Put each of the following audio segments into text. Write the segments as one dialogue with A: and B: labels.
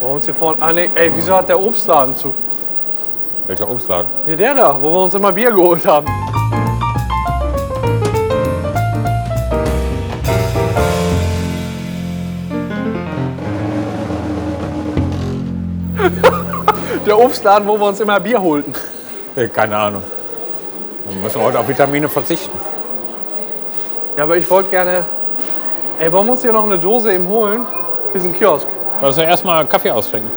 A: Bei uns hier vorne. Ah nee, ey, wieso hat der Obstladen zu?
B: Welcher Obstladen?
A: Hier der da, wo wir uns immer Bier geholt haben. der Obstladen, wo wir uns immer Bier holten.
B: Äh, Keine Ahnung. Wir müssen heute auf Vitamine verzichten.
A: Ja, aber ich wollte gerne. Ey, wollen wir uns hier noch eine Dose eben holen? Hier ist ein Kiosk.
B: Lass uns erstmal Kaffee ausschenken.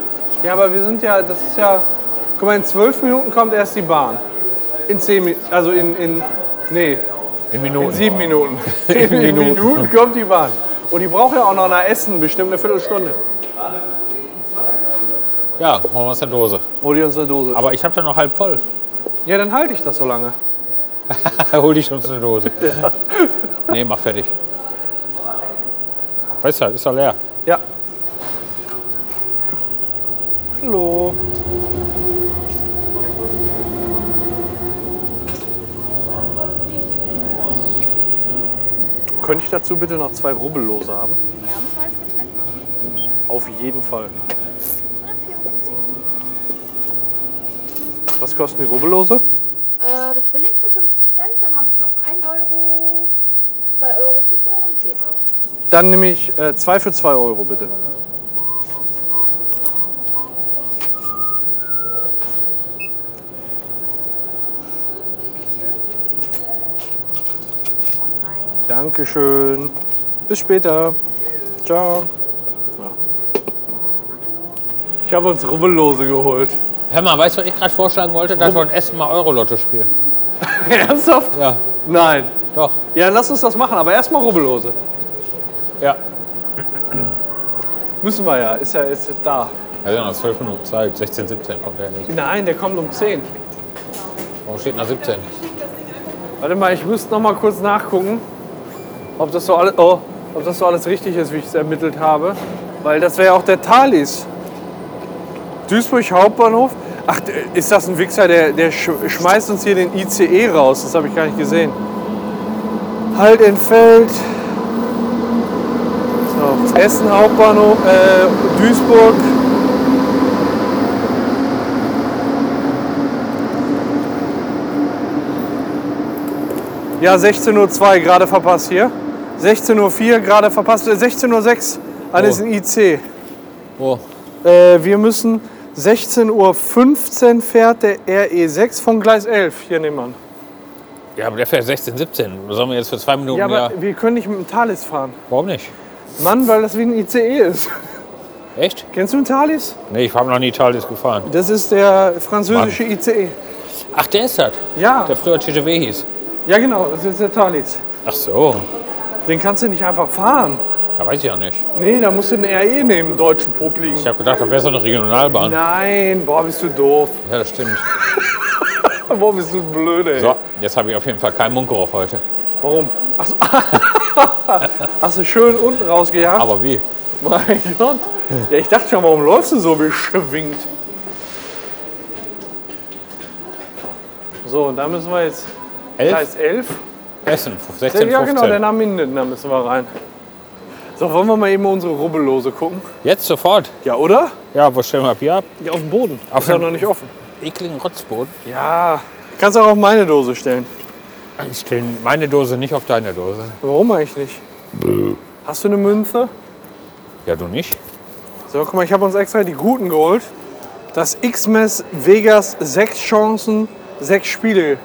A: Ja, aber wir sind ja, das ist ja. Guck mal, in zwölf Minuten kommt erst die Bahn. In zehn Minuten, also in, in. Nee, in
B: In Minuten.
A: Oh, sieben Minuten.
B: In
A: in Minuten.
B: Minuten.
A: Minuten kommt die Bahn. Und die braucht ja auch noch nach Essen, bestimmt eine Viertelstunde.
B: Ja, holen wir uns eine Dose.
A: Hol dir uns eine Dose.
B: Aber ich habe da noch halb voll.
A: Ja, dann halte ich das so lange.
B: Hol dich uns eine Dose. Nee, mach fertig. Weißt du, ist doch leer.
A: Ja. Hallo. Könnte ich dazu bitte noch zwei Rubbellose haben? Auf jeden Fall. Was kosten die Rubbellose?
C: Äh, das billigste 50 Cent, dann habe ich noch 1 Euro, 2 Euro, 5 Euro und 10 Euro.
A: Dann nehme ich äh, zwei für zwei Euro bitte. Dankeschön. Bis später. Ciao. Ja. Ich habe uns Rubbellose geholt.
B: Hör mal, weißt du, was ich gerade vorschlagen wollte? Dass wir in Essen mal Euro-Lotto spielen.
A: Ernsthaft?
B: Ja,
A: Nein.
B: doch.
A: Ja, lass uns das machen, aber erstmal Rubbellose.
B: Ja.
A: Müssen wir ja, ist ja ist da.
B: Also noch 12 Minuten Zeit. 16, 17 kommt der nicht.
A: Nein, der kommt um 10.
B: Warum steht nach 17?
A: Warte mal, ich müsste noch mal kurz nachgucken, ob das so alles, oh, ob das so alles richtig ist, wie ich es ermittelt habe. Weil das wäre ja auch der Thalys. Duisburg Hauptbahnhof. Ach, d- ist das ein Wichser, der, der sch- schmeißt uns hier den ICE raus. Das habe ich gar nicht gesehen. Halt entfällt. So, Essen Hauptbahnhof, äh, Duisburg. Ja, 16.02 Uhr gerade verpasst hier. 16.04 Uhr gerade verpasst. äh, 16.06 Uhr. Alles
B: Oh.
A: ein IC.
B: Wo?
A: Äh, wir müssen 16.15 Uhr fährt der RE6 von Gleis 11 hier nebenan.
B: Ja, aber der fährt 16, 17. Sollen wir jetzt für zwei Minuten
A: Ja,
B: Um, ja,
A: aber wir können nicht mit dem Thalys fahren.
B: Warum nicht?
A: Mann, weil das wie ein ICE ist.
B: Echt?
A: Kennst du den Thalys?
B: Nee, ich habe noch nie Thalys gefahren.
A: Das ist der französische E. ICE.
B: Ach, der ist das.
A: Ja,
B: Der früher TGW hieß.
A: ja genau, das ist der Thalys.
B: Ach so.
A: Den kannst du nicht einfach fahren.
B: Ja, weiß ich auch nicht.
A: Nee, da musst du den RE nehmen, deutschen Popligen.
B: Ich habe gedacht, das wäre so eine Regionalbahn.
A: Nein, boah, bist du doof.
B: Ja, das stimmt.
A: Boah, bist du blöd, ey.
B: So, jetzt habe ich auf jeden Fall keinen Mundgeruch heute.
A: Warum? Achso, hast du schön unten rausgejagt?
B: Aber wie?
A: Mein Gott. Ja, ich dachte schon, warum läufst du so beschwingt? So, und da müssen wir jetzt Gleis
B: 11?
A: 11.
B: Essen, 16,
A: ja, genau, dann
B: 15.
A: am Minden, da müssen wir rein. So, wollen wir mal eben unsere Rubbellose gucken?
B: Jetzt sofort?
A: Ja, oder?
B: Ja, wo stellen wir ab? Ja,
A: Ja, auf dem Boden.
B: Auf
A: Ist ja
B: dem-
A: noch nicht offen.
B: ekligen Rotzboden.
A: Ja, kannst auch auf meine Dose stellen.
B: Ich stelle meine Dose nicht auf deine Dose.
A: Warum eigentlich nicht? Hast du eine Münze?
B: Ja, du nicht?
A: So, guck mal, ich habe uns extra die guten geholt. Das X-Mess Vegas 6 Chancen, 6 Spiele.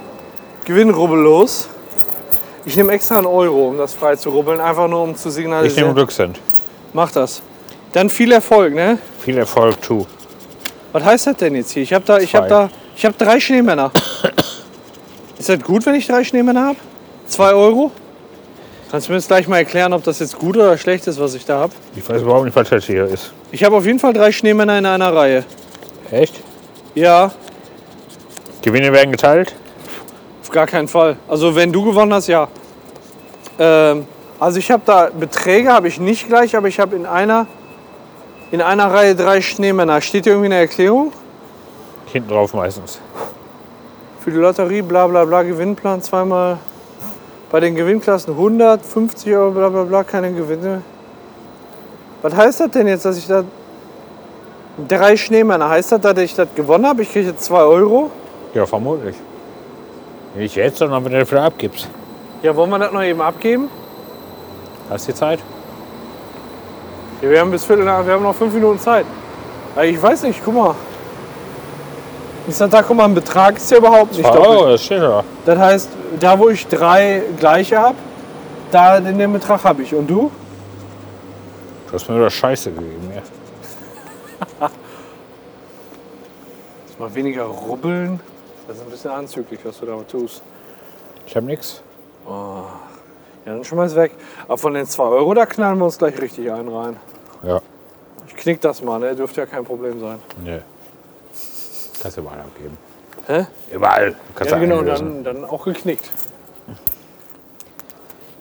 A: Gewinn rubbellos. Ich nehme extra einen Euro, um das frei zu rubbeln, einfach nur um zu
B: Ich nehme
A: signalisieren.
B: Glückshand.
A: Mach das. Dann viel Erfolg, ne?
B: Viel Erfolg, tu.
A: Was heißt das denn jetzt hier? Ich habe da, ich
B: Zwei.
A: habe da, ich habe drei Schneemänner. Ist das gut, wenn ich drei Schneemänner habe? Zwei Euro? Kannst du mir jetzt gleich mal erklären, ob das jetzt gut oder schlecht ist, was ich da habe?
B: Ich weiß überhaupt nicht, was das hier ist.
A: Ich habe auf jeden Fall drei Schneemänner in einer Reihe.
B: Echt?
A: Ja,
B: Gewinne werden geteilt?
A: Auf gar keinen Fall. Also wenn du gewonnen hast, ja. Ähm, also ich habe da Beträge habe ich nicht gleich, aber ich habe in einer in einer Reihe drei Schneemänner. Steht hier irgendwie eine Erklärung
B: Hinten drauf meistens.
A: für die Lotterie? Bla bla bla Gewinnplan zweimal. Bei den Gewinnklassen 100, 50 Euro, bla bla bla, keine Gewinne. Was heißt das denn jetzt, dass ich da Drei Schneemänner. Heißt das, dass ich das gewonnen habe? Ich kriege jetzt 2 Euro.
B: Ja, vermutlich. Nicht jetzt, sondern wenn du dafür abgibst.
A: Ja, wollen wir das noch eben abgeben?
B: Hast du die Zeit?
A: Ja, wir haben bis Viertel nach, wir haben noch fünf Minuten Zeit. Aber ich weiß nicht, guck mal. Ich sag, da guck mal, ein Betrag ist ja überhaupt nicht doppelt.
B: oh, das steht da.
A: Das heißt, da wo ich drei gleiche habe, da in dem Betrag habe ich. Und du?
B: Du hast mir wieder Scheiße gegeben. Ja.
A: Jetzt mal weniger rubbeln. Das ist ein bisschen anzüglich, was du da tust.
B: Ich hab nichts.
A: Ja, dann schmeiß weg. Aber von den zwei Euro, da knallen wir uns gleich richtig einen rein.
B: Ja.
A: Ich knick das mal, ne? Dürfte ja kein Problem sein.
B: Nee. Kannst du überall abgeben.
A: Hä?
B: Überall. Kannst
A: Ja, genau,
B: einlösen.
A: dann, dann auch geknickt.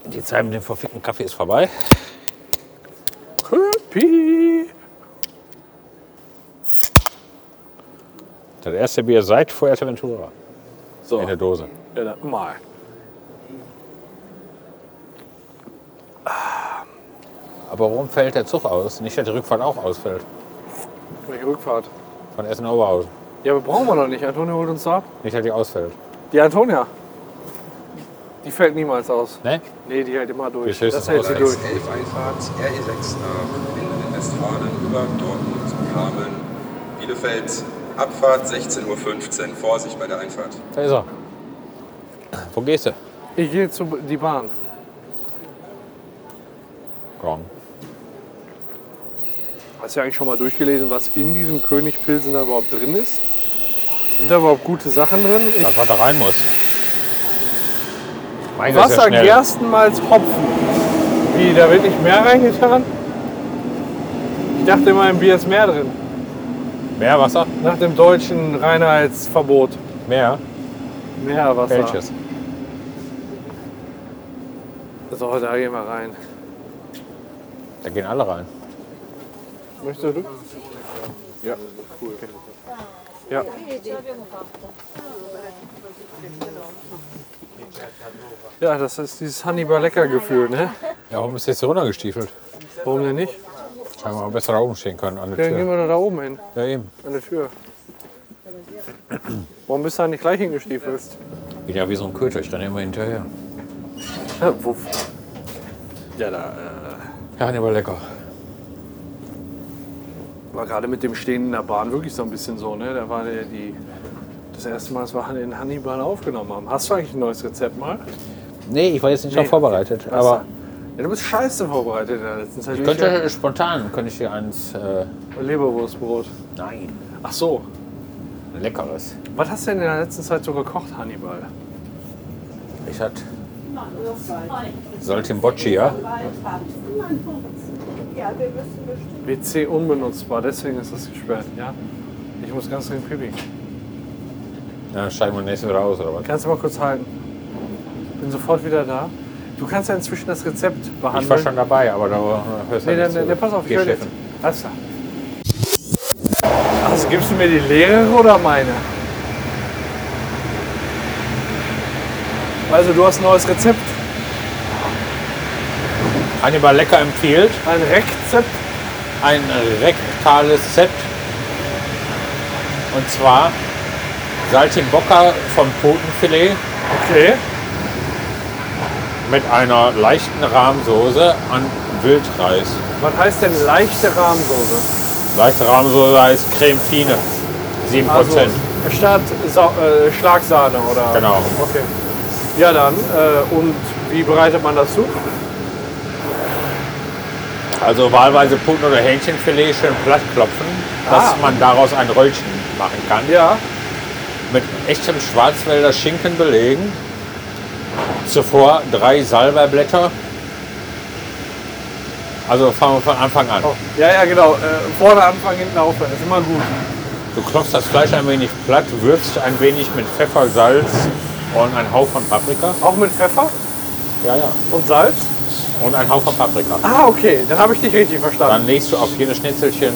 B: Die Zeit mit dem verfickten Kaffee ist vorbei.
A: Piep.
B: Das erste Bier seit Fuerteventura.
A: So,
B: In der
A: ja,
B: Dose.
A: dann mal.
B: Aber warum fällt der Zug aus? Nicht, dass die Rückfahrt auch ausfällt.
A: Welche Rückfahrt?
B: Von Essen-Oberhausen.
A: Ja, aber brauchen wir noch nicht. Antonia holt uns da ab.
B: Nicht, dass die ausfällt.
A: Die Antonia. Die fällt niemals aus.
B: Ne?
A: Nee, die hält immer durch.
B: Die ist
A: Das hält sie durch.
D: S11-Einfahrt RE6 E nach Minden in Westfalen über Dortmund, Kamen, Bielefeld. Abfahrt 16.15 Uhr. Vorsicht bei der Einfahrt.
B: Da ist er. Wo gehst du?
A: Ich gehe zu die Bahn.
B: Wrong.
A: Hast du ja eigentlich schon mal durchgelesen, was in diesem König Pilsener überhaupt drin ist? Sind da überhaupt gute Sachen drin? Ich,
B: Das, was da rein muss. Mein Gott, ist ja
A: Wasser,
B: schnell.
A: Gerstenmalz, Hopfen. Wie, da wird nicht mehr reingetan? Ich dachte immer, im Bier ist mehr drin.
B: Mehr Wasser?
A: Nach dem deutschen Reinheitsverbot.
B: Mehr
A: Mehr Wasser.
B: Fälsches.
A: So, da gehen wir rein.
B: Da gehen alle rein.
A: Möchtest du? Ja, cool. Ja. Ja, das ist dieses Hannibal lecker Gefühl, ne?
B: Ja, warum ist jetzt runtergestiefelt?
A: Warum denn nicht?
B: Scheinbar besser da oben stehen können an der
A: Ja, dann gehen
B: Tür.
A: wir doch da oben hin,
B: Ja, eben.
A: an der Tür. Warum bist du da nicht gleich hingestiefelt?
B: Wieder wie so ein Köter, ich renne immer hinterher.
A: Ja, wuff. Ja, da
B: Ja, aber lecker.
A: äh, war gerade mit dem Stehen in der Bahn wirklich so ein bisschen so, ne? Da war der, die, das erste Mal, dass wir in Hannibal aufgenommen haben. Hast du eigentlich ein neues Rezept mal?
B: Nee, ich war jetzt nicht
A: Nee.
B: darauf vorbereitet, aber
A: Ja, du bist scheiße vorbereitet in der letzten Zeit.
B: ich könnte spontan könnte ich dir eins. Äh,
A: Leberwurstbrot.
B: nein.
A: Ach so.
B: ein Leckeres.
A: Was hast du denn in der letzten Zeit so gekocht, Hannibal?
B: Ich hatte Saltimboccia.
A: WC unbenutzbar, deswegen ist das gesperrt, ja? Ich muss ganz dringend Pipi.
B: Ja, steigen wir nächstes wieder aus, oder was?
A: Kannst du mal kurz halten? Bin sofort wieder da. Du kannst ja inzwischen das Rezept behandeln.
B: Ich war schon dabei, aber da hörst du
A: Nee, dann,
B: nichts
A: dann,
B: zu.
A: dann pass auf,
B: Geh,
A: ich höre jetzt.
B: Steffen.
A: Alles klar. Also gibst du mir die leere oder meine? Also du hast ein neues Rezept,
B: Hannibal Lecker empfiehlt
A: ein Rezept.
B: ein rektales Set. Und zwar Saltimbocca vom Putenfilet
A: Okay.
B: mit einer leichten Rahmsoße an Wildreis.
A: Was heißt denn leichte Rahmsoße?
B: Leichte Rahmsoße heißt Creme Fine. 7%.
A: Also- statt Sa äh, Schlagsahne oder?
B: Genau.
A: Okay. Ja dann, äh, und wie bereitet man das zu?
B: Also wahlweise Puten- oder Hähnchenfilet schön platt klopfen, dass
A: Ah.
B: man daraus ein Röllchen machen kann.
A: Ja.
B: Mit echtem Schwarzwälder Schinken belegen. Zuvor drei Salbeiblätter. Also fangen wir von Anfang an.
A: Oh. Ja, ja, genau. Äh, vorne anfangen, hinten aufhören. Ist immer gut.
B: Du klopfst das Fleisch ein wenig platt, würzt ein wenig mit Pfeffer, Salz und ein Hauch von Paprika.
A: Auch mit Pfeffer
B: Ja, ja.
A: und Salz?
B: Und ein Hauch von Paprika.
A: Ah, okay. Dann habe ich dich richtig verstanden.
B: Dann legst du auf jedes Schnitzelchen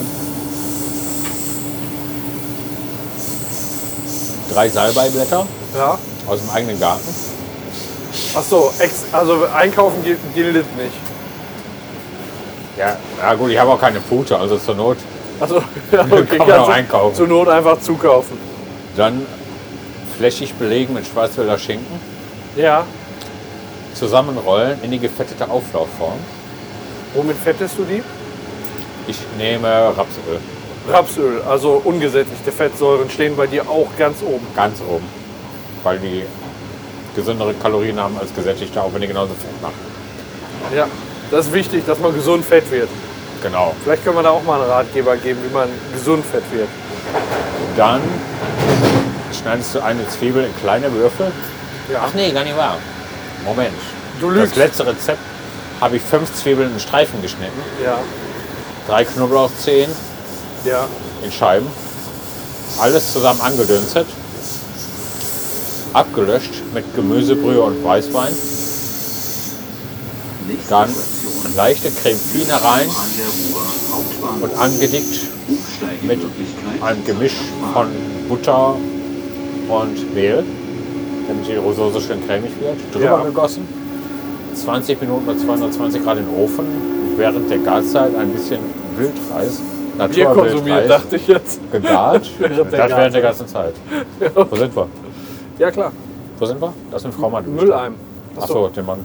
B: drei Salbeiblätter
A: Ja.
B: aus dem eigenen Garten.
A: Ach so, ex also einkaufen gilt, gilt nicht.
B: Ja, ja gut, ich habe auch keine Pute, also zur Not
A: Also, ja, okay,
B: man auch einkaufen.
A: Zur Not einfach zukaufen.
B: Dann flächig belegen mit Schwarzwälder Schinken,
A: Ja.
B: zusammenrollen in die gefettete Auflaufform.
A: Womit fettest du die?
B: Ich nehme Rapsöl,
A: Rapsöl, also ungesättigte Fettsäuren, stehen bei dir auch ganz oben.
B: ganz oben, weil die gesündere Kalorien haben als gesättigte, auch wenn die genauso fett machen.
A: Ja. Das ist wichtig, dass man gesund fett wird.
B: Genau.
A: Vielleicht können wir da auch mal einen Ratgeber geben, wie man gesund fett wird.
B: Dann schneidest du eine Zwiebel in kleine Würfel.
A: Ja.
B: Ach nee, gar nicht wahr. Moment.
A: Du
B: Das
A: lügst.
B: letzte Rezept habe ich fünf Zwiebeln in Streifen geschnitten,
A: Ja.
B: drei Knoblauchzehen
A: Ja.
B: in Scheiben, alles zusammen angedünstet, abgelöscht mit Gemüsebrühe und Weißwein. Dann leichte Creme Fine rein und angedickt mit einem Gemisch von Butter und Mehl, damit die Soße schön cremig wird. Drüber
A: Ja.
B: gegossen, 20 Minuten bei 220 Grad in den Ofen. Während der Garzeit ein bisschen Wildreis,
A: Bier konsumiert,
B: Naturwildreis,
A: dachte ich jetzt.
B: gegart.
A: Während
B: das
A: der
B: während der ganzen Zeit. Wo sind wir?
A: Ja, klar.
B: Wo sind wir? Das ist ein Frau Mann.
A: Mülleim.
B: Achso, den Mann.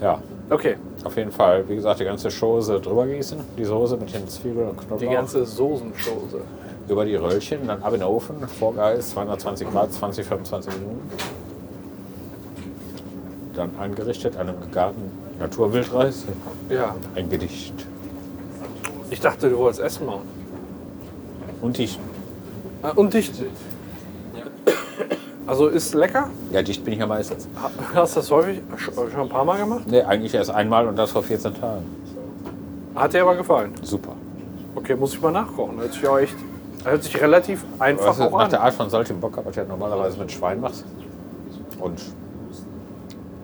B: Ja,
A: Okay.
B: auf jeden Fall. Wie gesagt, die ganze Chose drüber gießen. Die Soße mit den Zwiebeln und Knoblauch.
A: Die ganze Soßensoße.
B: über die Röllchen, dann ab in den Ofen, Vorgeist 220 Grad, 20, 25 Minuten. Dann angerichtet an einem gegarten Naturwildreis.
A: Ja.
B: Ein Gedicht.
A: Ich dachte, du wolltest Essen machen.
B: Und dicht.
A: Ah, Und dicht. Also ist lecker?
B: Ja, dicht bin ich ja meistens.
A: Ha- Hast du das häufig sch- äh, schon ein paar Mal gemacht?
B: Nee, eigentlich erst einmal und das vor 14 Tagen.
A: Hat dir aber gefallen.
B: Super.
A: Okay, muss ich mal nachkochen. Hört sich ja echt. Hört sich relativ einfach
B: Was ist
A: auch
B: nach der
A: an.
B: Art von Salz im Bock, was du ja normalerweise mit Schwein machst? Und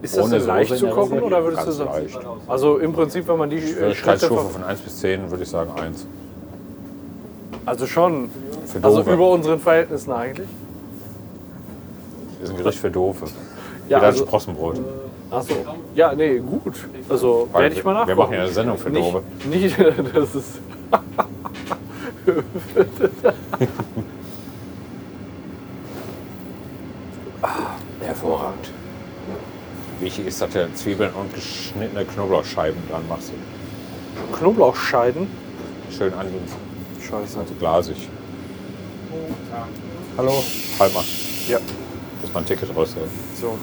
A: Ist das
B: ohne
A: denn leicht
B: Soße
A: zu
B: in der
A: kochen
B: Regel?
A: oder würdest du
B: Ganz
A: sagen?
B: leicht.
A: Also im Prinzip, wenn man die äh,
B: Schreibstufe
A: ver-
B: von 1 bis 10 würde ich sagen 1.
A: Also schon.
B: Für
A: Also
B: Doofe.
A: über unseren Verhältnissen eigentlich.
B: ist ein Gericht für Doofe.
A: Ja,
B: Ja, Wie
A: also-
B: das Sprossenbrot.
A: Achso. Ja, nee, gut. Also
B: Weil
A: werde ich mal nachkochen.
B: Wir machen ja eine Sendung für Doofe.
A: Nicht, nicht, das ist.
B: Hervorragend. Wichtig ist, dass du Zwiebeln und geschnittene Knoblauchscheiben dran machst.
A: Knoblauchscheiden.
B: Schön angenehm,
A: Scheiße.
B: also glasig. Hallo. Palmer.
A: Ja,
B: Muss mal ein Ticket raus.
A: so.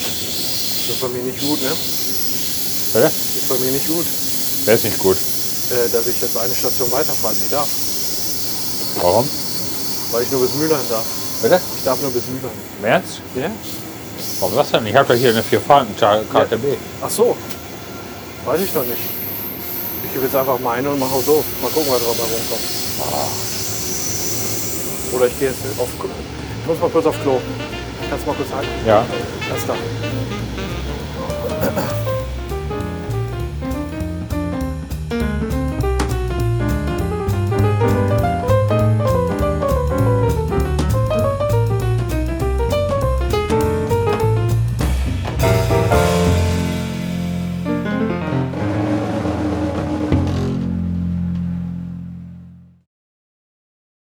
A: Das ist bei mir nicht gut, ne?
B: Hä?
A: Das ist bei mir nicht gut,
B: Wäre ist nicht gut.
A: äh, dass ich jetzt eine Station weiterfahre. Ich darf,
B: Warum?
A: weil ich nur bis Mülheim darf.
B: Bitte?
A: Ich darf nur bis Mülheim.
B: Im Ernst?
A: Ja?
B: Warum das denn? Ich habe doch hier eine Vierfahrten-Karte B.
A: Ach so. Weiß ich doch nicht. Ich gebe jetzt einfach meine und mache so. Mal gucken, was dabei rumkommt. Ah. Oder ich gehe jetzt auf Klo. Ich muss mal kurz auf Klo. Kannst du mal kurz halten?
B: Ja.
A: Alles klar.